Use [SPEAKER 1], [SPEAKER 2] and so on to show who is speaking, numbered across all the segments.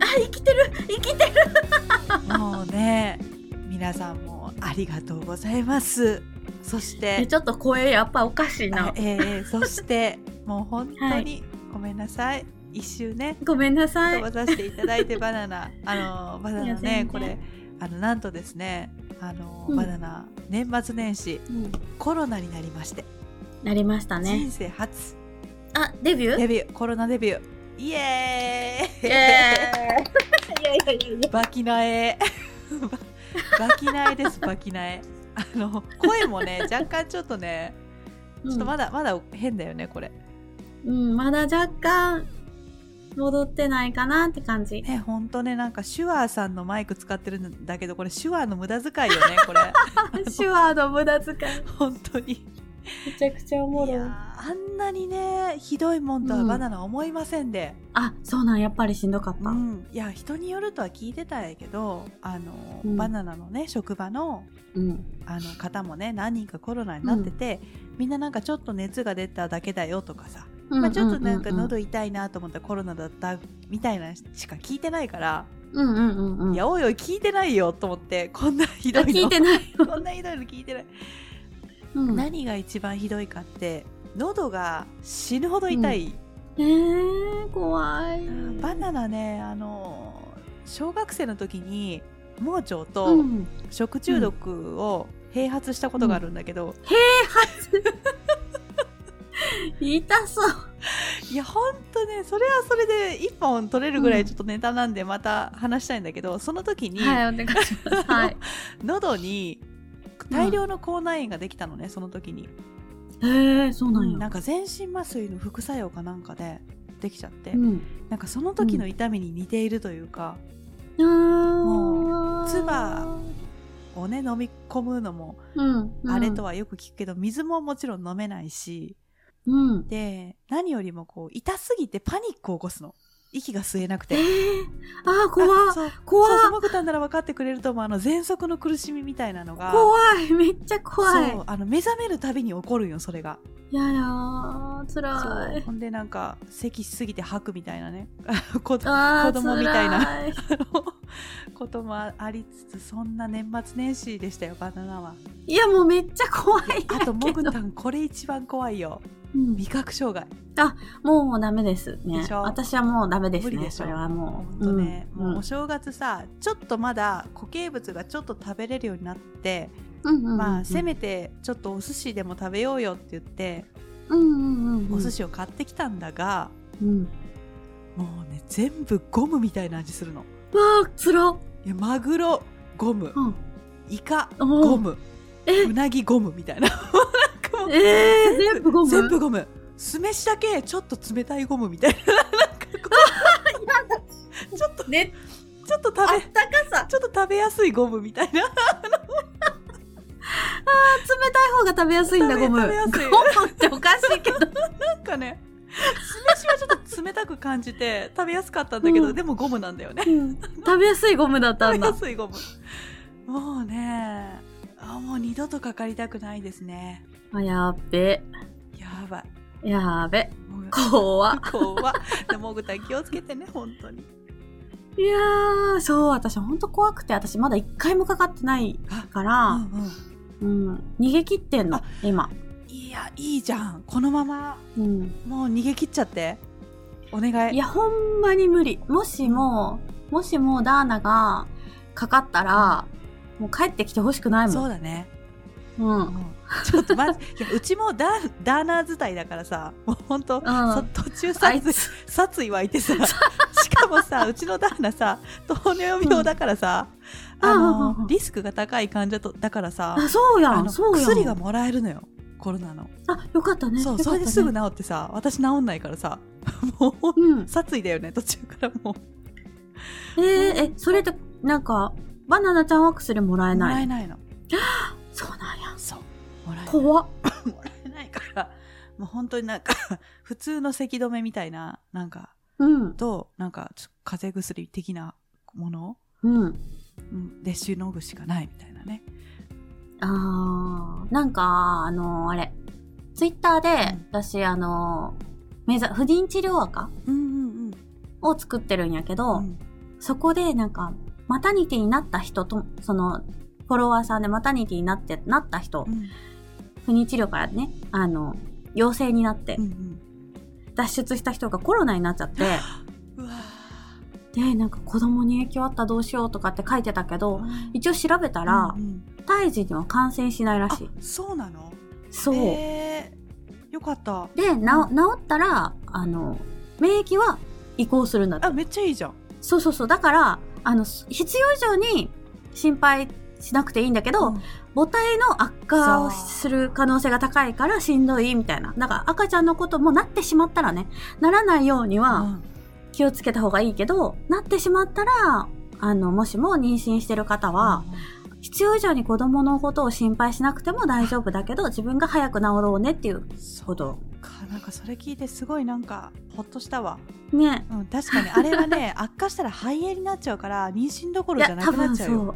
[SPEAKER 1] 生きてる生きてる
[SPEAKER 2] もうね皆さんもありがとうございますそして
[SPEAKER 1] えちょっと声やっぱおかしい
[SPEAKER 2] あ
[SPEAKER 1] な
[SPEAKER 2] えーえーそ してもう本
[SPEAKER 1] は
[SPEAKER 2] 当に
[SPEAKER 1] い
[SPEAKER 2] ごめんなさい一周ね
[SPEAKER 1] ごめんな
[SPEAKER 2] 飛
[SPEAKER 1] さい
[SPEAKER 2] ばさせていただ いてバナナあのバナ
[SPEAKER 1] いや
[SPEAKER 2] ナ
[SPEAKER 1] 全
[SPEAKER 2] ね
[SPEAKER 1] 然
[SPEAKER 2] これあのなんとですねあの、
[SPEAKER 1] うん
[SPEAKER 2] バナナ年末年始
[SPEAKER 1] うん
[SPEAKER 2] コロナになりまして、
[SPEAKER 1] なりましたね
[SPEAKER 2] 人生初
[SPEAKER 1] あデビュー
[SPEAKER 2] デビューコロナデビューイエーイ
[SPEAKER 1] イエーイいやいやいやいや
[SPEAKER 2] バキナエ ババキナエですバキナエあの声も ね若干ちょっとねちょっとまだ、まだ変だよねこれ
[SPEAKER 1] うん、まだ若干戻ってないかなって感じ。
[SPEAKER 2] ねほんとねなんかシュワーさんのマイク使ってるんだけどこれシュワーの無駄遣いよねこれ
[SPEAKER 1] 手話の無駄遣い。
[SPEAKER 2] 本当に
[SPEAKER 1] めちゃくちゃおも
[SPEAKER 2] い
[SPEAKER 1] ろい
[SPEAKER 2] やー。あんなにねひどいもんとはバナナ思いませんで、
[SPEAKER 1] あ、そうなん、やっぱりしんどかっ
[SPEAKER 2] う
[SPEAKER 1] た。
[SPEAKER 2] んいや人によるとは聞いてたんやけどあの、
[SPEAKER 1] うん
[SPEAKER 2] バナナのね職場の
[SPEAKER 1] うん。
[SPEAKER 2] あの方もね何人かコロナになってて、みんななんかちょっと熱が出ただけだよとかさ、まあ、ちょっとなんか喉痛いなと思ったらコロナだったみたいなしか聞いてないから、
[SPEAKER 1] うんうんうんうん。
[SPEAKER 2] いやおいおい聞いてないよと思ってこんなひど
[SPEAKER 1] あ
[SPEAKER 2] いの
[SPEAKER 1] 聞いてない。
[SPEAKER 2] こんなひどいの聞いてない、
[SPEAKER 1] うん
[SPEAKER 2] 何が一番ひどいかって喉が死ぬほど痛い、
[SPEAKER 1] えー、怖い。
[SPEAKER 2] バナナねあの小学生の時に盲腸
[SPEAKER 1] う
[SPEAKER 2] と
[SPEAKER 1] ん。
[SPEAKER 2] 食中毒を併発したことがあるんだけど、
[SPEAKER 1] 痛そう。
[SPEAKER 2] いやほんとねそれはそれで1本取れるぐらいちょっとネタなんでまた話したいんだけど、その時に
[SPEAKER 1] はい、お願いします。はい。
[SPEAKER 2] 喉に大量の口内炎ができたのね、その時に、
[SPEAKER 1] えー、そうなん
[SPEAKER 2] な
[SPEAKER 1] や。
[SPEAKER 2] んか全身麻酔の副作用かなんかでできちゃって、
[SPEAKER 1] うん。
[SPEAKER 2] なんかその時の痛みに似ているというか、
[SPEAKER 1] あー
[SPEAKER 2] もう唾をね飲み込むのも
[SPEAKER 1] うん。うん
[SPEAKER 2] あれと。はよく聞くけど、水ももちろん飲めないし
[SPEAKER 1] うん。
[SPEAKER 2] で何よりもこう痛すぎてパニックを起こすの息が吸えなく
[SPEAKER 1] え
[SPEAKER 2] て。
[SPEAKER 1] ー、あー、怖
[SPEAKER 2] あ
[SPEAKER 1] っ
[SPEAKER 2] そう
[SPEAKER 1] 怖っ
[SPEAKER 2] そうそのことなら分かってくれると思うあの喘息の苦しみみたいなのが
[SPEAKER 1] 怖い。めっちゃ怖い
[SPEAKER 2] そう。あの目覚めるたびに起こるんよそれが
[SPEAKER 1] ややー、つら
[SPEAKER 2] そう
[SPEAKER 1] い。
[SPEAKER 2] ほんでなんか咳しすぎて吐くみた いなねこ
[SPEAKER 1] あー
[SPEAKER 2] 子供みたいな
[SPEAKER 1] 辛い
[SPEAKER 2] こともありつつそんな年末年始でしたよバナナはい
[SPEAKER 1] や、もうめっちゃ怖いんやけど。
[SPEAKER 2] あとモグタンこれ一番怖いよ
[SPEAKER 1] うん
[SPEAKER 2] 味覚障害
[SPEAKER 1] もうダメですね
[SPEAKER 2] でしょ
[SPEAKER 1] 私はもうダメです
[SPEAKER 2] 無理
[SPEAKER 1] ね
[SPEAKER 2] でしょ
[SPEAKER 1] それはも
[SPEAKER 2] 本
[SPEAKER 1] う
[SPEAKER 2] 当ね、
[SPEAKER 1] うん
[SPEAKER 2] もうお正月さちょっとまだ固形物がちょっと食べれるようになって、
[SPEAKER 1] うんうんうんうん
[SPEAKER 2] まあせめてちょっとお寿司でも食べようよって言って、
[SPEAKER 1] うんうんうんうん
[SPEAKER 2] お寿司を買ってきたんだが、
[SPEAKER 1] うん
[SPEAKER 2] もうね全部ゴムみたいな味するの
[SPEAKER 1] わあつらっ
[SPEAKER 2] いやマグロゴム
[SPEAKER 1] うん
[SPEAKER 2] イカ
[SPEAKER 1] おー
[SPEAKER 2] ゴム
[SPEAKER 1] え
[SPEAKER 2] うなぎゴムみたいな なんかもう
[SPEAKER 1] えー、全部ゴム
[SPEAKER 2] 全部ゴム酢飯だけちょっと冷たいゴムみたいな なんかこ うちょっと
[SPEAKER 1] ね
[SPEAKER 2] ちょっと食べ
[SPEAKER 1] たかさ
[SPEAKER 2] ちょっと食べやすいゴムみたいな
[SPEAKER 1] 冷たい方が食べやすいんだ
[SPEAKER 2] 食べ
[SPEAKER 1] ゴム
[SPEAKER 2] 食べやすい
[SPEAKER 1] ゴムっておかしいけど
[SPEAKER 2] なんかね酢飯はちょっと冷たく感じて食べやすかったんだけ ど、
[SPEAKER 1] うん
[SPEAKER 2] でもゴムなんだよ ね
[SPEAKER 1] 食べやすいゴムだった
[SPEAKER 2] 食
[SPEAKER 1] ん
[SPEAKER 2] べや
[SPEAKER 1] だ
[SPEAKER 2] すいゴムもうねあもう二度とかかりたくないですね
[SPEAKER 1] あやっべ
[SPEAKER 2] やばい
[SPEAKER 1] やべ
[SPEAKER 2] もう
[SPEAKER 1] 怖っ
[SPEAKER 2] 怖 でもぐた気をつけてね本当に
[SPEAKER 1] いやーそう私ほんと怖くて私まだ一回もかかってないか
[SPEAKER 2] う
[SPEAKER 1] ら、
[SPEAKER 2] んうん
[SPEAKER 1] うん逃げ切ってんの
[SPEAKER 2] あ
[SPEAKER 1] 今、
[SPEAKER 2] いやいいじゃんこのまま
[SPEAKER 1] うん、
[SPEAKER 2] もう逃げ切っちゃってお願い
[SPEAKER 1] いや、ほんまに無理。もしも、もしもダーナがかかったら、もう帰ってきてほしくない
[SPEAKER 2] そ
[SPEAKER 1] も。
[SPEAKER 2] うんだね、
[SPEAKER 1] う。
[SPEAKER 2] うんんちょっとまずいやうちもダーダーナー伝いだからさもうほんと、そ途中
[SPEAKER 1] あ
[SPEAKER 2] 殺
[SPEAKER 1] い
[SPEAKER 2] 意
[SPEAKER 1] つ、
[SPEAKER 2] 殺意湧いてさしか もさうちのダーナさ糖尿病だからさ、
[SPEAKER 1] うん
[SPEAKER 2] あ
[SPEAKER 1] あああ
[SPEAKER 2] の
[SPEAKER 1] あ
[SPEAKER 2] リスクが高い患者とだからさ
[SPEAKER 1] あ、そうや
[SPEAKER 2] あ
[SPEAKER 1] ん、
[SPEAKER 2] の
[SPEAKER 1] そうやん。
[SPEAKER 2] 薬がもらえるのよコロナの、
[SPEAKER 1] あ、よかったね。
[SPEAKER 2] そう
[SPEAKER 1] よかった
[SPEAKER 2] それ
[SPEAKER 1] ね
[SPEAKER 2] ですぐ治ってさ私治んないからさもうほんと
[SPEAKER 1] うん。
[SPEAKER 2] 殺意だよね途中からもう
[SPEAKER 1] えー、え、それって、なんか、バナナちゃんは薬もらえ
[SPEAKER 2] も
[SPEAKER 1] な
[SPEAKER 2] ら
[SPEAKER 1] い。
[SPEAKER 2] えないの
[SPEAKER 1] そうなんや。
[SPEAKER 2] そうもらえない
[SPEAKER 1] 怖っ。
[SPEAKER 2] もらえないからもう本当になんか 普通の咳止めみたいななんか
[SPEAKER 1] うん。
[SPEAKER 2] となんかちょ風邪薬的なもの
[SPEAKER 1] うん。
[SPEAKER 2] うんでしのぐしかないみたいなね
[SPEAKER 1] あー、なんか、あのーあれ。ツイッターで、
[SPEAKER 2] うん
[SPEAKER 1] 私、あのー目ざ、不妊治療赤
[SPEAKER 2] うんうんうん
[SPEAKER 1] を作ってるんやけど、
[SPEAKER 2] うん
[SPEAKER 1] そこでなんか、マタニティになった人と、その、フォロワーさんでマタニティになって、なった人
[SPEAKER 2] う、ん
[SPEAKER 1] 不妊治療からね、あの、陽性になって
[SPEAKER 2] う、ん
[SPEAKER 1] 脱出した人がコロナになっちゃって、
[SPEAKER 2] うんうわ
[SPEAKER 1] で、なんか子供に影響あったどうしようとかって書いてたけど、
[SPEAKER 2] ー
[SPEAKER 1] 一応調べたら
[SPEAKER 2] う、ん
[SPEAKER 1] 胎児には感染しないら
[SPEAKER 2] あ
[SPEAKER 1] しい。
[SPEAKER 2] そうなの
[SPEAKER 1] そう。
[SPEAKER 2] えーよかった
[SPEAKER 1] で、な、治ったら、あの、免疫は移行するんだって
[SPEAKER 2] あ。めっちゃいいじゃん
[SPEAKER 1] そうそうそう。だから、あの、す必要以上に心配しなくていいんだけど、
[SPEAKER 2] うん
[SPEAKER 1] 母体の悪化を
[SPEAKER 2] そう
[SPEAKER 1] する可能性が高いからしんどいみたいな。だから赤ちゃんのこともなってしまったらね、ならないようには気をつけた方がいいけど、なってしまったら、あの、もしも妊娠してる方は、必要以上に子供のことを心配しなくても大丈夫だけど、自分が早く治ろうねっていう
[SPEAKER 2] うんそ
[SPEAKER 1] こ
[SPEAKER 2] う
[SPEAKER 1] と。
[SPEAKER 2] かなんかそれ聞いてすごいなんかほっとしたわ
[SPEAKER 1] ね。
[SPEAKER 2] うん、確かにあれは ね悪化したら肺炎になっちゃうから妊娠どこ
[SPEAKER 1] い
[SPEAKER 2] ろじゃ
[SPEAKER 1] や、
[SPEAKER 2] な
[SPEAKER 1] 多
[SPEAKER 2] くなっ
[SPEAKER 1] 分
[SPEAKER 2] ちゃう
[SPEAKER 1] そ
[SPEAKER 2] よ
[SPEAKER 1] う。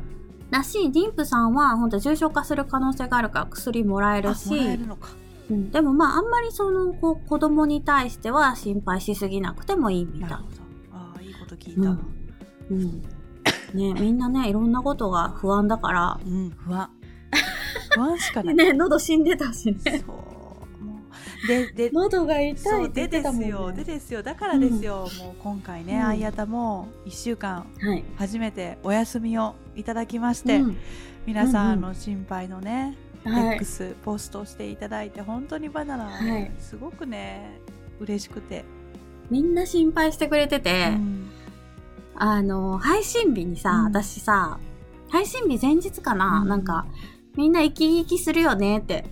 [SPEAKER 1] だし、妊婦さんは本当重症化する可能性があるから薬もらえる
[SPEAKER 2] あもらえ
[SPEAKER 1] し、
[SPEAKER 2] るのか
[SPEAKER 1] うん、でもまああんまりそのこう子供に対しては心配しすぎなくてもいいみ
[SPEAKER 2] な
[SPEAKER 1] た
[SPEAKER 2] る
[SPEAKER 1] い
[SPEAKER 2] ほ。どあーいいこと聞いたな
[SPEAKER 1] うん。ねみんなね、いろんなことが不安だ か。
[SPEAKER 2] うん、不安不安しからな い、
[SPEAKER 1] ね、喉死んでたしね。
[SPEAKER 2] そうもうでで
[SPEAKER 1] 喉が痛い
[SPEAKER 2] そ
[SPEAKER 1] っ
[SPEAKER 2] う
[SPEAKER 1] て言って
[SPEAKER 2] でで
[SPEAKER 1] たもん
[SPEAKER 2] す
[SPEAKER 1] ね。
[SPEAKER 2] よでですよだからですよ、もう今回
[SPEAKER 1] う
[SPEAKER 2] ね、
[SPEAKER 1] ん
[SPEAKER 2] あいやたも1週間
[SPEAKER 1] はい。
[SPEAKER 2] 初めてお休みをいただきまして、
[SPEAKER 1] うん
[SPEAKER 2] 皆さん、
[SPEAKER 1] うんうん
[SPEAKER 2] あの心配のね、
[SPEAKER 1] はい。
[SPEAKER 2] X ポストしていただいて本当にバナナ、
[SPEAKER 1] はい
[SPEAKER 2] すごくね嬉しくて、
[SPEAKER 1] みんな心配してくれてて、
[SPEAKER 2] うん
[SPEAKER 1] あの、配信日にさ、
[SPEAKER 2] うん
[SPEAKER 1] 私さ、配信日前日かな、
[SPEAKER 2] うん
[SPEAKER 1] なんか、みんな生き生きするよねって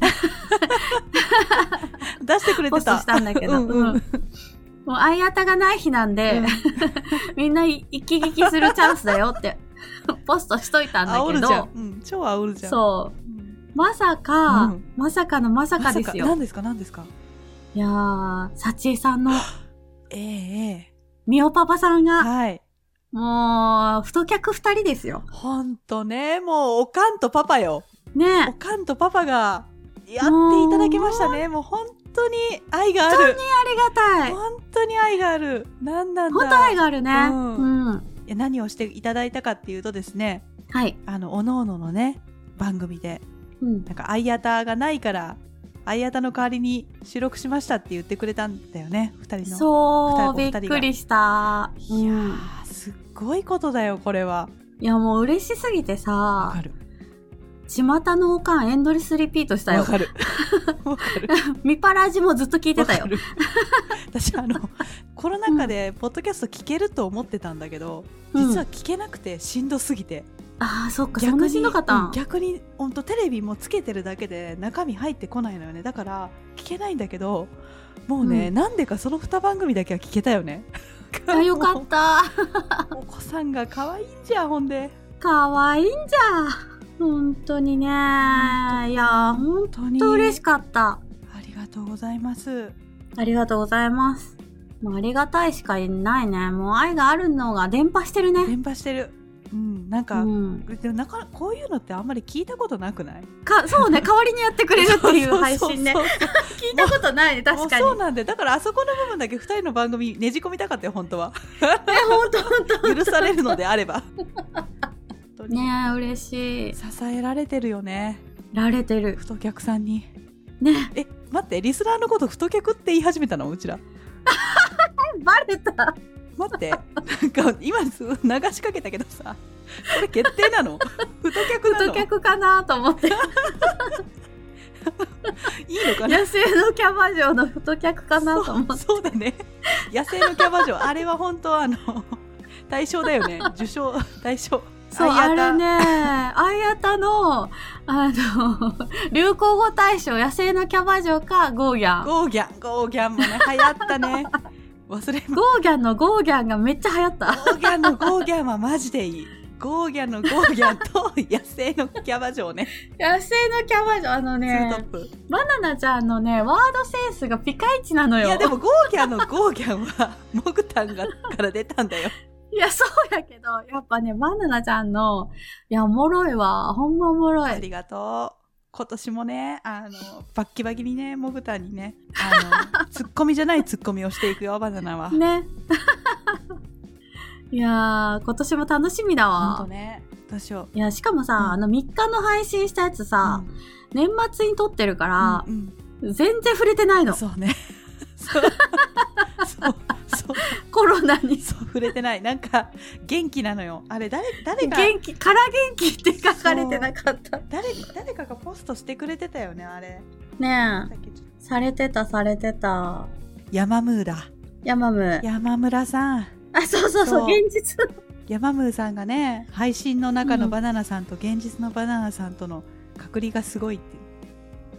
[SPEAKER 2] 出してくれ
[SPEAKER 1] ポ
[SPEAKER 2] て
[SPEAKER 1] スト
[SPEAKER 2] た
[SPEAKER 1] したんだけど、
[SPEAKER 2] うんうん
[SPEAKER 1] うんもう相当がない日なんで、
[SPEAKER 2] うん
[SPEAKER 1] みんな生き生きするチャンスだよってポストしといたん
[SPEAKER 2] 煽
[SPEAKER 1] だけ
[SPEAKER 2] るじゃ
[SPEAKER 1] ど
[SPEAKER 2] ん、、うん、超煽るじゃん
[SPEAKER 1] そうう、
[SPEAKER 2] ん
[SPEAKER 1] まさか、
[SPEAKER 2] うん
[SPEAKER 1] まさかのまさかです
[SPEAKER 2] まさか
[SPEAKER 1] よ。
[SPEAKER 2] 何ですか何ですか
[SPEAKER 1] いやー、幸恵さんの
[SPEAKER 2] えええ
[SPEAKER 1] みおパパさん
[SPEAKER 2] え
[SPEAKER 1] が、
[SPEAKER 2] はい
[SPEAKER 1] もう、太客二人ですよ。
[SPEAKER 2] ほんとねもうおかんとパパよお
[SPEAKER 1] ね
[SPEAKER 2] かんとパパがやっていただきましたねもう本当に愛がある
[SPEAKER 1] ありがたい。
[SPEAKER 2] 本当に愛がある何なんだ
[SPEAKER 1] 本当愛があるね。う
[SPEAKER 2] うん
[SPEAKER 1] ん。
[SPEAKER 2] いや何をしていただいたかっていうとですね
[SPEAKER 1] はい。
[SPEAKER 2] あのおのおののね番組で
[SPEAKER 1] うん。
[SPEAKER 2] なんか相アタがないから相アタの代わりに収録しましたって言ってくれたんだよね二人の
[SPEAKER 1] そ
[SPEAKER 2] お
[SPEAKER 1] う、びっ
[SPEAKER 2] 二人が
[SPEAKER 1] くりした。うん
[SPEAKER 2] いやーすっごいことだよこれはい
[SPEAKER 1] や、もう嬉しすぎて
[SPEAKER 2] わ
[SPEAKER 1] さ
[SPEAKER 2] か、る
[SPEAKER 1] 巷のおかんエンドレスリピートした
[SPEAKER 2] わ
[SPEAKER 1] よ。
[SPEAKER 2] かるわか る
[SPEAKER 1] ミパラジもずっと聞いてたよ
[SPEAKER 2] わか。る私あのコロナ禍でポッドキャスト聞けると思ってたんだけど、
[SPEAKER 1] うん
[SPEAKER 2] 実は聞けなくてしんどすぎて
[SPEAKER 1] ああ、そっか、そんなしんどかった
[SPEAKER 2] うん
[SPEAKER 1] ん。
[SPEAKER 2] 逆に本当テレビもつけてるだけで中身入ってこないのよねだから聞けないんだけどもうね、
[SPEAKER 1] う
[SPEAKER 2] なんでかその2番組だけは聞けたよね
[SPEAKER 1] あ、よ かった。
[SPEAKER 2] もうお子さんが可愛いんじゃんほんで
[SPEAKER 1] 可愛いんじゃん。本当にね。いやー、本
[SPEAKER 2] 本当に
[SPEAKER 1] 当嬉しかった。
[SPEAKER 2] ありがとうございます
[SPEAKER 1] ありがとうございます。もうありがたいしかいないね。もう愛があるのが伝播してるね。
[SPEAKER 2] 電波してるうんなん
[SPEAKER 1] う
[SPEAKER 2] か、
[SPEAKER 1] ん、
[SPEAKER 2] でもなかこういうのってあんまり聞いたことなくない
[SPEAKER 1] かそうね、代わりにやってくれるっていう
[SPEAKER 2] そ
[SPEAKER 1] 配
[SPEAKER 2] そ
[SPEAKER 1] 信ね
[SPEAKER 2] そ。う
[SPEAKER 1] 聞いたことないね、確かに。
[SPEAKER 2] も
[SPEAKER 1] ね
[SPEAKER 2] うそう、なんでだからあそこの部分だけ2人の番組ねじ込みたかったよ本当 は
[SPEAKER 1] ほんとほんと。
[SPEAKER 2] 許されるのであれ ば本当に
[SPEAKER 1] ねえ、嬉しい。
[SPEAKER 2] 支えられてるよね
[SPEAKER 1] られてる。
[SPEAKER 2] ふと客さんに
[SPEAKER 1] ね
[SPEAKER 2] え待ってリスナーのこと太客って言い始めたのうちら
[SPEAKER 1] え、バレた。
[SPEAKER 2] 待ってなんか今すごい流しかけたけどさこれ決定なの太客な
[SPEAKER 1] 太
[SPEAKER 2] の
[SPEAKER 1] 客かなと思って。
[SPEAKER 2] いいのかな
[SPEAKER 1] 野生のキャバ嬢の太客かなと思って。
[SPEAKER 2] そうそうだね野生のキャバ嬢あれは本当あの対象だよね受賞対象
[SPEAKER 1] そう、
[SPEAKER 2] 相
[SPEAKER 1] あ
[SPEAKER 2] 方
[SPEAKER 1] れね、あやたの、あの、流行語大賞、野生のキャバ嬢か、ゴーギャン。
[SPEAKER 2] ゴーギャンゴーギャンもね流行っ たね忘れも
[SPEAKER 1] ゴーギャンのゴーギャンがめっちゃ流行った。
[SPEAKER 2] ゴーギャンのゴーギャンはマジでいいゴーギャンのゴーギャンと野生のキャバ嬢ね
[SPEAKER 1] 野生のキャバ嬢、あの
[SPEAKER 2] ツー
[SPEAKER 1] ね
[SPEAKER 2] ト、ップ
[SPEAKER 1] バナナちゃんのね、ワードセンスがピカイチなのよ。
[SPEAKER 2] いやでもゴーギャンのゴーギャンはモグタンがから出たんだよ。
[SPEAKER 1] いや、そうやけど、やっぱね、バナナちゃんの、いや、おもろいわ。ほんまおもろ
[SPEAKER 2] あ
[SPEAKER 1] い。
[SPEAKER 2] りがとう。今年もね、あの、バッキバキにね、モグタン にね、あの、ツッコミじゃないツッコミをしていくよ、バナナは。
[SPEAKER 1] ね。 いやー、今年も楽しみだ
[SPEAKER 2] 本当
[SPEAKER 1] わ。
[SPEAKER 2] ねどうしよう
[SPEAKER 1] いや、しかもさ、
[SPEAKER 2] うん
[SPEAKER 1] あの3日の配信したやつさ、
[SPEAKER 2] うん
[SPEAKER 1] 年末に撮ってるから、
[SPEAKER 2] うんうん
[SPEAKER 1] 全然触れてないの。
[SPEAKER 2] そう ねそうそうそう
[SPEAKER 1] コロナに。
[SPEAKER 2] そう触れてないなんか元気なのよあれ誰誰が
[SPEAKER 1] 元気、から元気って書かれてなかった。
[SPEAKER 2] 誰誰かがポストしてくれてたよねあれ
[SPEAKER 1] ねえ、
[SPEAKER 2] だっけちょっと
[SPEAKER 1] されてた、されてた。
[SPEAKER 2] 山ムーだ
[SPEAKER 1] ヤマム。
[SPEAKER 2] 山村さん
[SPEAKER 1] あ、そうそうそう、
[SPEAKER 2] そう
[SPEAKER 1] 現実。
[SPEAKER 2] 山ムーさんがね配信の中のバナナさんと現実のバナナさんとの隔離がすごいって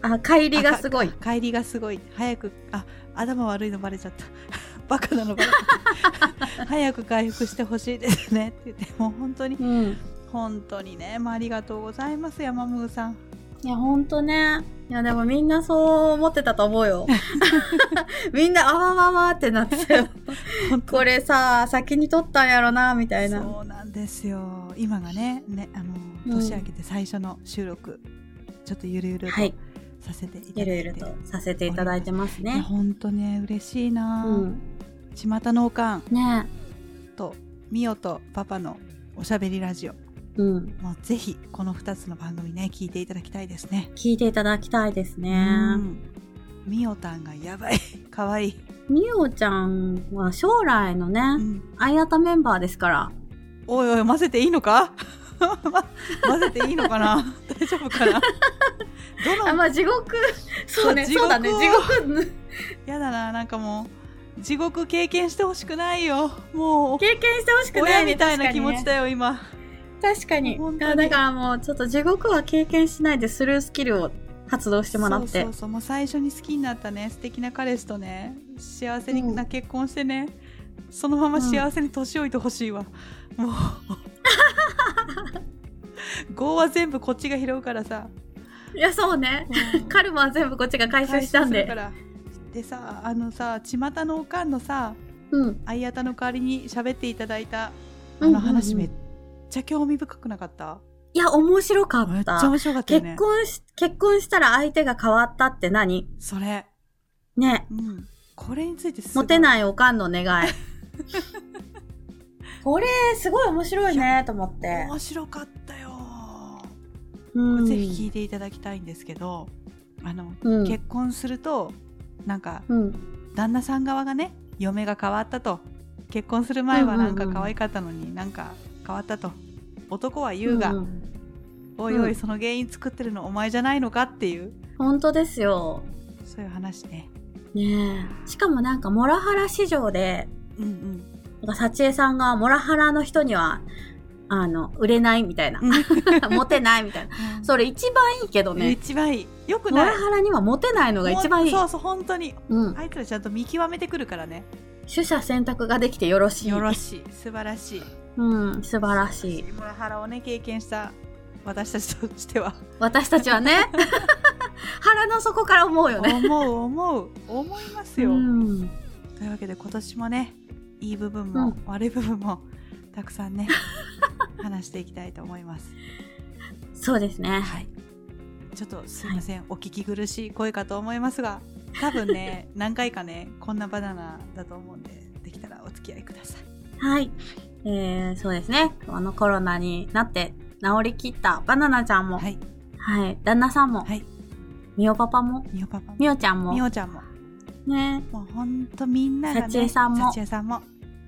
[SPEAKER 1] あ、帰りがすごい。
[SPEAKER 2] 帰りがすごい早くあ頭悪いのバレちゃった バカなのバレちゃった早く回復してほしいですねって言って もう本当に
[SPEAKER 1] うん。
[SPEAKER 2] 本当にね、まあ、ありがとうございます山ムー さん
[SPEAKER 1] いや、ほんとね。いや、でもみんなそう思ってたと思う よ。みんな、あわわわってなってたよ。
[SPEAKER 2] 本当
[SPEAKER 1] これさ、先に撮ったんやろな、みたいな。
[SPEAKER 2] そうなんですよ今がねねあの
[SPEAKER 1] うん
[SPEAKER 2] 年明けて最初の収録、ちょっとゆるゆると
[SPEAKER 1] はい。
[SPEAKER 2] させてい
[SPEAKER 1] ゆ
[SPEAKER 2] ただいて、
[SPEAKER 1] るゆるとさせていただいてます
[SPEAKER 2] いや
[SPEAKER 1] ね。
[SPEAKER 2] 本当ね嬉しいな、
[SPEAKER 1] うん。
[SPEAKER 2] 巷のおかん
[SPEAKER 1] ね
[SPEAKER 2] とミオとパパのおしゃべりラジオ
[SPEAKER 1] え。うん。
[SPEAKER 2] もうぜひこの2つの番組ね聞いていただきたいですね
[SPEAKER 1] 聞いていただきたいですね。
[SPEAKER 2] うんミオたんがやばい かわいい、
[SPEAKER 1] みおちゃんは将来のね、
[SPEAKER 2] うん
[SPEAKER 1] あやたメンバーですから。
[SPEAKER 2] おいおい混ぜていいのか 混ぜていいのかな 大丈夫かなど
[SPEAKER 1] あ、
[SPEAKER 2] の
[SPEAKER 1] まあ地獄、 そうね、
[SPEAKER 2] 地
[SPEAKER 1] そう
[SPEAKER 2] 獄を
[SPEAKER 1] だね、地獄、
[SPEAKER 2] やだななんかもう地獄経験してほしくないよもう
[SPEAKER 1] 経験してほしくない、
[SPEAKER 2] 親みたいな気持ちだよ、今
[SPEAKER 1] 確かに。
[SPEAKER 2] 本当に
[SPEAKER 1] あだからもう、ちょっと地獄は経験しないでスルースキルを発動してもらって。
[SPEAKER 2] そうそうそうもう最初に好きになったね素敵な彼氏とね幸せにな結婚してね、そのまま幸せに年老いてほしいわ、もう業は全部こっちが拾うからさ
[SPEAKER 1] いや、そうね。カルマは全部こっちが回収したん
[SPEAKER 2] 回収する
[SPEAKER 1] で。
[SPEAKER 2] からでさあのさ巷のおかんのさ
[SPEAKER 1] うん。
[SPEAKER 2] 相方の代わりに喋っていただいたあ
[SPEAKER 1] うんうんう
[SPEAKER 2] の
[SPEAKER 1] ん
[SPEAKER 2] 話めっちゃ興味深くなかった、
[SPEAKER 1] いや、面白か
[SPEAKER 2] めっ
[SPEAKER 1] っ
[SPEAKER 2] ちゃ
[SPEAKER 1] た。
[SPEAKER 2] 面白かったよ
[SPEAKER 1] 結
[SPEAKER 2] ね
[SPEAKER 1] 婚し、結婚したら相手が変わったって何
[SPEAKER 2] それ、
[SPEAKER 1] ね。
[SPEAKER 2] うん、これについてすごい
[SPEAKER 1] モテないおかんの願 い。これ、すごい面白いね、と思って。
[SPEAKER 2] 面白かったよ
[SPEAKER 1] う
[SPEAKER 2] ぜひ聞いていただきたいんですけど、あの、
[SPEAKER 1] うん
[SPEAKER 2] 結婚するとなんか
[SPEAKER 1] うん。
[SPEAKER 2] 旦那さん側がね嫁が変わったと結婚する前はな
[SPEAKER 1] う
[SPEAKER 2] んか
[SPEAKER 1] んうんうん
[SPEAKER 2] 可愛かったのになんか変わったと男は言うが、
[SPEAKER 1] ん
[SPEAKER 2] おいお
[SPEAKER 1] うん
[SPEAKER 2] いその原因作ってるのお前じゃないのかっていう
[SPEAKER 1] 本当ですよ。
[SPEAKER 2] そういう話ね
[SPEAKER 1] ねえ。しかもなんか、モラハラ市場で、
[SPEAKER 2] うん
[SPEAKER 1] なんか、幸江さんがモラハラの人には、あの、売れないみたいな
[SPEAKER 2] う。ん
[SPEAKER 1] モテないみたいな。それ一番いいけどね。
[SPEAKER 2] 一番いいよく
[SPEAKER 1] モラ
[SPEAKER 2] ない
[SPEAKER 1] ハラにはモテないのが一番いい。
[SPEAKER 2] そうそう本当に
[SPEAKER 1] うん。
[SPEAKER 2] あいつらちゃんと見極めてくるからね
[SPEAKER 1] 取捨選択ができてよろしい。
[SPEAKER 2] よろしい素晴らしい
[SPEAKER 1] うん、素晴らしい。
[SPEAKER 2] モラハラをね経験した私たちとしては
[SPEAKER 1] 私たちはね、 腹の底から思うよね。
[SPEAKER 2] 思う思う思いますよ、
[SPEAKER 1] うん。
[SPEAKER 2] というわけで今年もねいい部分
[SPEAKER 1] う
[SPEAKER 2] も、
[SPEAKER 1] ん
[SPEAKER 2] 悪い部分もたくさんね話していきたいと思います
[SPEAKER 1] そうですね。
[SPEAKER 2] はいちょっとすいません、お聞き苦しい声かと思いますが多分 ね何回かねこんなバナナだと思うんでできたらお付き合いください
[SPEAKER 1] はい。えー、そうですね。あのコロナになって治りきったバナナちゃんも、は、
[SPEAKER 2] はいい
[SPEAKER 1] 旦那さんも、
[SPEAKER 2] はい
[SPEAKER 1] みおパパも、
[SPEAKER 2] みおパパも
[SPEAKER 1] みおちゃんも
[SPEAKER 2] み、おちゃんも
[SPEAKER 1] ね、
[SPEAKER 2] もうほんとみんながね
[SPEAKER 1] さちえさんも
[SPEAKER 2] さちえさんも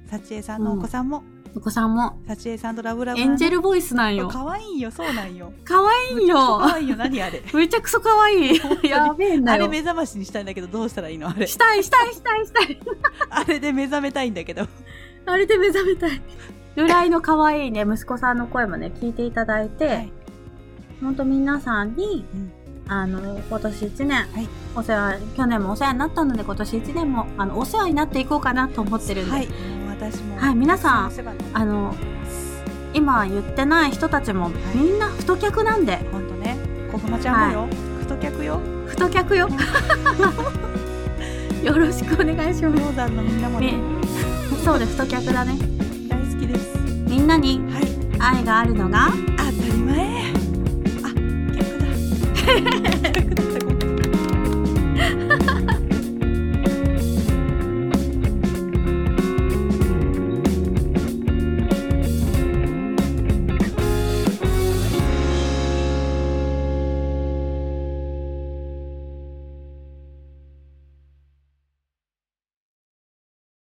[SPEAKER 2] さちえさんのお子さんも、
[SPEAKER 1] お子さんも、
[SPEAKER 2] さちえさんとラブラブ
[SPEAKER 1] エンジェ
[SPEAKER 2] ル
[SPEAKER 1] ルボイスなんよ。
[SPEAKER 2] 可愛いよそうな んよ
[SPEAKER 1] かわいいよ
[SPEAKER 2] 可。愛いよ何あれ
[SPEAKER 1] めちゃくそかわいい
[SPEAKER 2] 本当。に
[SPEAKER 1] やべえんだ
[SPEAKER 2] あれ
[SPEAKER 1] よ。
[SPEAKER 2] 目覚ましにしたいんだけどどうしたらいいのあれ
[SPEAKER 1] したいしたいしたいしたい。
[SPEAKER 2] あれで目覚めたいんだけど
[SPEAKER 1] あれで目覚めたい。由来の可愛いね、息子さんの声もね、聞いていただいて、
[SPEAKER 2] はい
[SPEAKER 1] ほんと皆さんに、
[SPEAKER 2] うん
[SPEAKER 1] あの、今年一年、
[SPEAKER 2] はい
[SPEAKER 1] お世話、去年もお世話になったので、今年一年も、あの、お世話になっていこうかなと思ってるんで、
[SPEAKER 2] はいもう私も
[SPEAKER 1] はい皆さん
[SPEAKER 2] そういう世話になっ
[SPEAKER 1] あの、今言ってない人たちも、みんな太客なんで、
[SPEAKER 2] てほんとね小熊ちゃんもよ、太客よ
[SPEAKER 1] 太客よ。 よろしくお願いし ま
[SPEAKER 2] 氷山のみんなも
[SPEAKER 1] す。ね
[SPEAKER 2] ね、
[SPEAKER 1] そうです、太客だね。
[SPEAKER 2] 大好きですはい
[SPEAKER 1] みんなに愛があるのが、
[SPEAKER 2] 当たり前あ逆だ